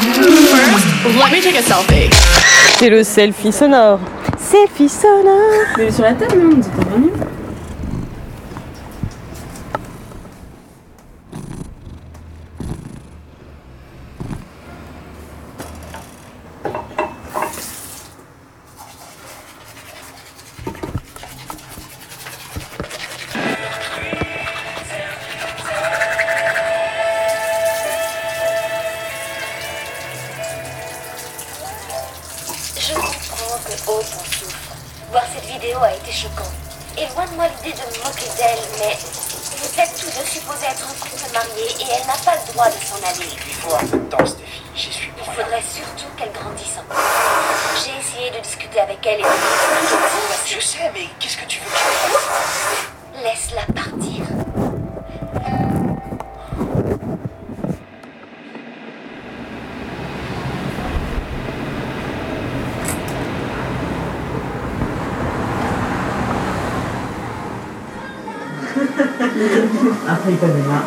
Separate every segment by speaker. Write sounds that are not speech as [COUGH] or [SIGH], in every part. Speaker 1: Let me take a selfie.
Speaker 2: C'est le selfie sonore. Selfie sonore.
Speaker 3: Mais sur la table, non, on nous entend vraiment.
Speaker 4: Je comprends que O s'en souffre. Voir cette vidéo a été choquant. Et loin de moi l'idée de me moquer d'elle, mais vous êtes tous deux supposés être en couple mariés et elle n'a pas le droit de s'en aller.
Speaker 5: Il faut un peu de temps, Stéphie. J'y suis
Speaker 4: Il
Speaker 5: pour rien.
Speaker 4: faudrait surtout qu'elle grandisse un peu. J'ai essayé de discuter avec elle et de lui expliquer que c'est une
Speaker 5: Je sais, mais qu'est-ce que tu veux que je fasse
Speaker 4: Laisse-la partir.
Speaker 6: Après Ipanema,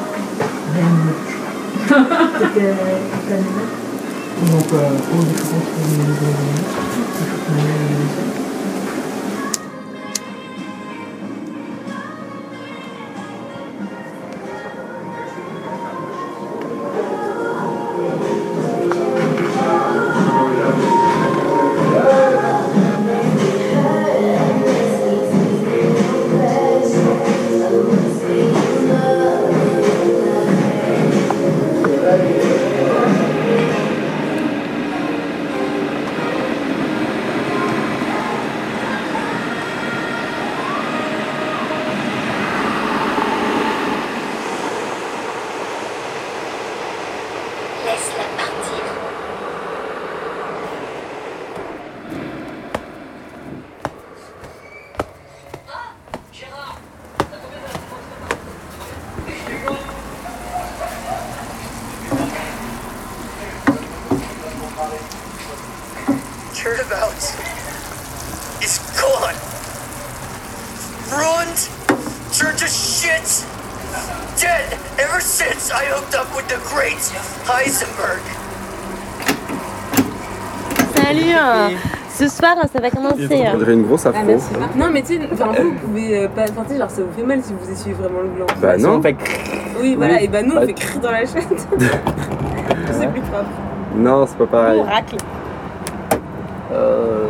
Speaker 6: rien de mieux. C'était Ipanema. Donc, euh, on est content qu'on ait des amis. Il faut qu'on aille à la maison.
Speaker 4: Laisse-la partir.
Speaker 5: Turnabouts. It's gone. Ruined. Turned to shit. Dead ever since I hooked up with the great Heisenberg.
Speaker 2: Salut. hein. Ce soir, ça va commencer.
Speaker 7: On dirait une grosse
Speaker 3: Ah,
Speaker 7: afro. hein.
Speaker 3: Non, mais tu sais, enfin, vous, vous pouvez euh, pas. Enfin, tu sais, genre, ça vous fait mal si vous essuyez vraiment le blanc.
Speaker 7: Bah non,
Speaker 3: Oui, voilà,
Speaker 7: Oui.
Speaker 3: et bah nous, on
Speaker 7: Bah,
Speaker 3: fait crier dans la chatte. C'est plus grave.
Speaker 7: non, c'est pas pareil.
Speaker 2: Oracle.
Speaker 8: Euh,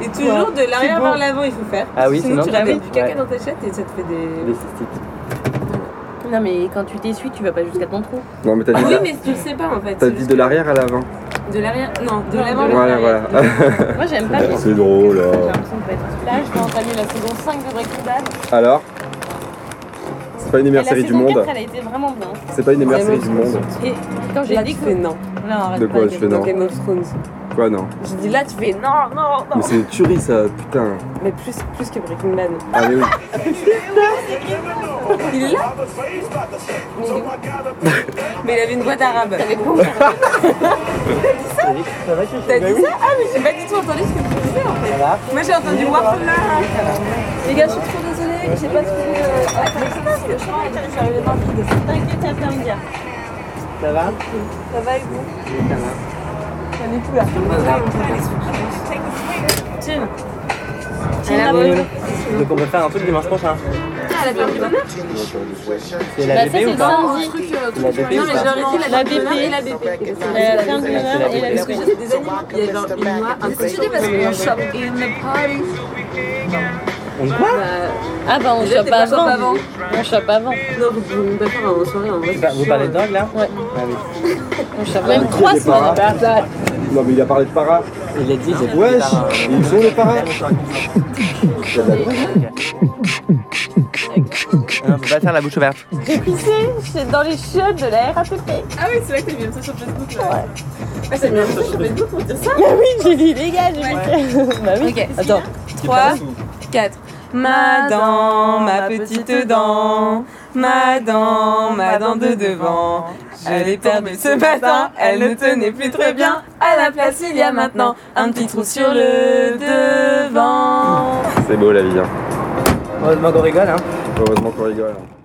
Speaker 3: Et toujours de l'arrière vers l'avant, il faut faire.
Speaker 8: Ah oui,
Speaker 3: Sinon,
Speaker 8: sinon,
Speaker 3: tu
Speaker 8: tu
Speaker 3: ramènes
Speaker 8: fais-
Speaker 3: du caca
Speaker 8: ouais.
Speaker 3: dans ta chatte et ça te fait des.
Speaker 8: les cystites.
Speaker 2: Non mais quand tu t'essuies, tu vas pas jusqu'à ton trou.
Speaker 7: Non, mais t'as dit,
Speaker 3: Oui,
Speaker 7: la-
Speaker 3: mais tu le sais pas en fait.
Speaker 7: t'as
Speaker 3: c'est
Speaker 7: dit
Speaker 3: juste
Speaker 7: de l'arrière à l'avant.
Speaker 3: que- De l'arrière. Non, de l'avant vers
Speaker 7: Voilà,
Speaker 3: l'arrière.
Speaker 7: voilà. [LAUGHS]
Speaker 2: Moi, j'aime pas.
Speaker 7: C'est drôle, hein.
Speaker 2: J'ai l'impression de pas être Là, je vais entamer la saison 5 de Breaking Bad.
Speaker 7: Alors C'est pas une des
Speaker 2: Et La
Speaker 7: meilleures séries
Speaker 2: saison
Speaker 7: du monde.
Speaker 2: 4, elle a été vraiment bien.
Speaker 7: C'est pas une des meilleures séries du
Speaker 3: Vraiment,
Speaker 7: monde.
Speaker 2: Et quand j'ai
Speaker 3: Là, tu
Speaker 2: dit
Speaker 3: fais
Speaker 2: que...
Speaker 3: non.
Speaker 2: Là, arrête
Speaker 7: De
Speaker 2: pas,
Speaker 7: quoi je
Speaker 2: Gaëlle.
Speaker 7: fais non
Speaker 3: Dans Game of Thrones.
Speaker 7: Quoi non
Speaker 3: J'ai dit là, tu fais non, non, non.
Speaker 7: Mais c'est une tuerie ça, putain.
Speaker 3: Mais plus, plus que Breaking Bad.
Speaker 7: Ah mais oui.
Speaker 3: Il est là Mais il est où Mais il avait une voix d'arabe.
Speaker 8: T'as dit que ça va, tu
Speaker 3: T'as
Speaker 8: sais Bah
Speaker 3: dit
Speaker 8: oui.
Speaker 3: ça Ah mais j'ai pas du tout entendu ce que tu disais en fait.
Speaker 8: Voilà.
Speaker 3: Moi j'ai entendu Warful là. Les gars, je suis trop désolée, j'ai pas trouvé euh, Alexandre, le chant, je suis arrivée dans le vide.
Speaker 2: T'inquiète, ça va me dire.
Speaker 8: Ça va
Speaker 3: Ça va et vous
Speaker 8: Oui, ça va.
Speaker 3: On est tout là. Chill. Chill
Speaker 2: Ah
Speaker 3: la
Speaker 8: Oui,
Speaker 3: bonne.
Speaker 8: oui. Donc on peut faire un truc dimanche prochain.
Speaker 3: Ah, la fête du bonheur
Speaker 8: C'est
Speaker 2: Bah ça,
Speaker 8: la
Speaker 2: c'est
Speaker 8: BP
Speaker 2: le
Speaker 8: ou pas
Speaker 2: samedi.
Speaker 8: La BP
Speaker 3: Non
Speaker 8: ou
Speaker 3: mais je
Speaker 8: pas
Speaker 3: leur ai dit la
Speaker 2: La
Speaker 3: fête du bonheur
Speaker 2: BP.
Speaker 3: et la BP.
Speaker 2: La fin de l'heure et la
Speaker 3: Parce que
Speaker 2: suite.
Speaker 3: j'ai des amis, il y avait genre une loi impossible.
Speaker 8: On quoi
Speaker 2: Ah bah on
Speaker 3: Déjà,
Speaker 2: chope
Speaker 3: t'es pas chope
Speaker 2: avant.
Speaker 3: avant.
Speaker 2: On chope avant.
Speaker 3: Non, vous pouvez pas faire un soirée en vrai.
Speaker 8: Bah, Vous parlez de dog là
Speaker 2: Ouais.
Speaker 8: Ah oui.
Speaker 2: On chope même
Speaker 7: ok,
Speaker 2: trois Bah,
Speaker 7: les
Speaker 2: semaines.
Speaker 7: paras.
Speaker 2: avant.
Speaker 7: Non mais il a parlé de para.
Speaker 8: Il a dit, j'ai
Speaker 7: Wesh
Speaker 8: par un-
Speaker 7: Ils sont les paras
Speaker 8: Non, faut pas faire la bouche ouverte.
Speaker 2: J'ai pissé, j'étais dans les chiottes de la RATP.
Speaker 3: Ah oui, c'est vrai que t'as mis ça sur Facebook là. Ah, t'as mis ça sur Facebook pour dire ça
Speaker 2: Bah oui, j'ai dit dégage. [LAUGHS] Bah oui. Attends.
Speaker 3: 3, 4. Ma dent, ma petite dent, ma dent, ma dent de devant. Elle est tombée ce matin, elle ne tenait plus très bien. À la place, il y a maintenant un petit trou sur le devant.
Speaker 7: C'est beau la vie. hein.
Speaker 8: Heureusement qu'on rigole, hein.
Speaker 7: Heureusement qu'on rigole. hein.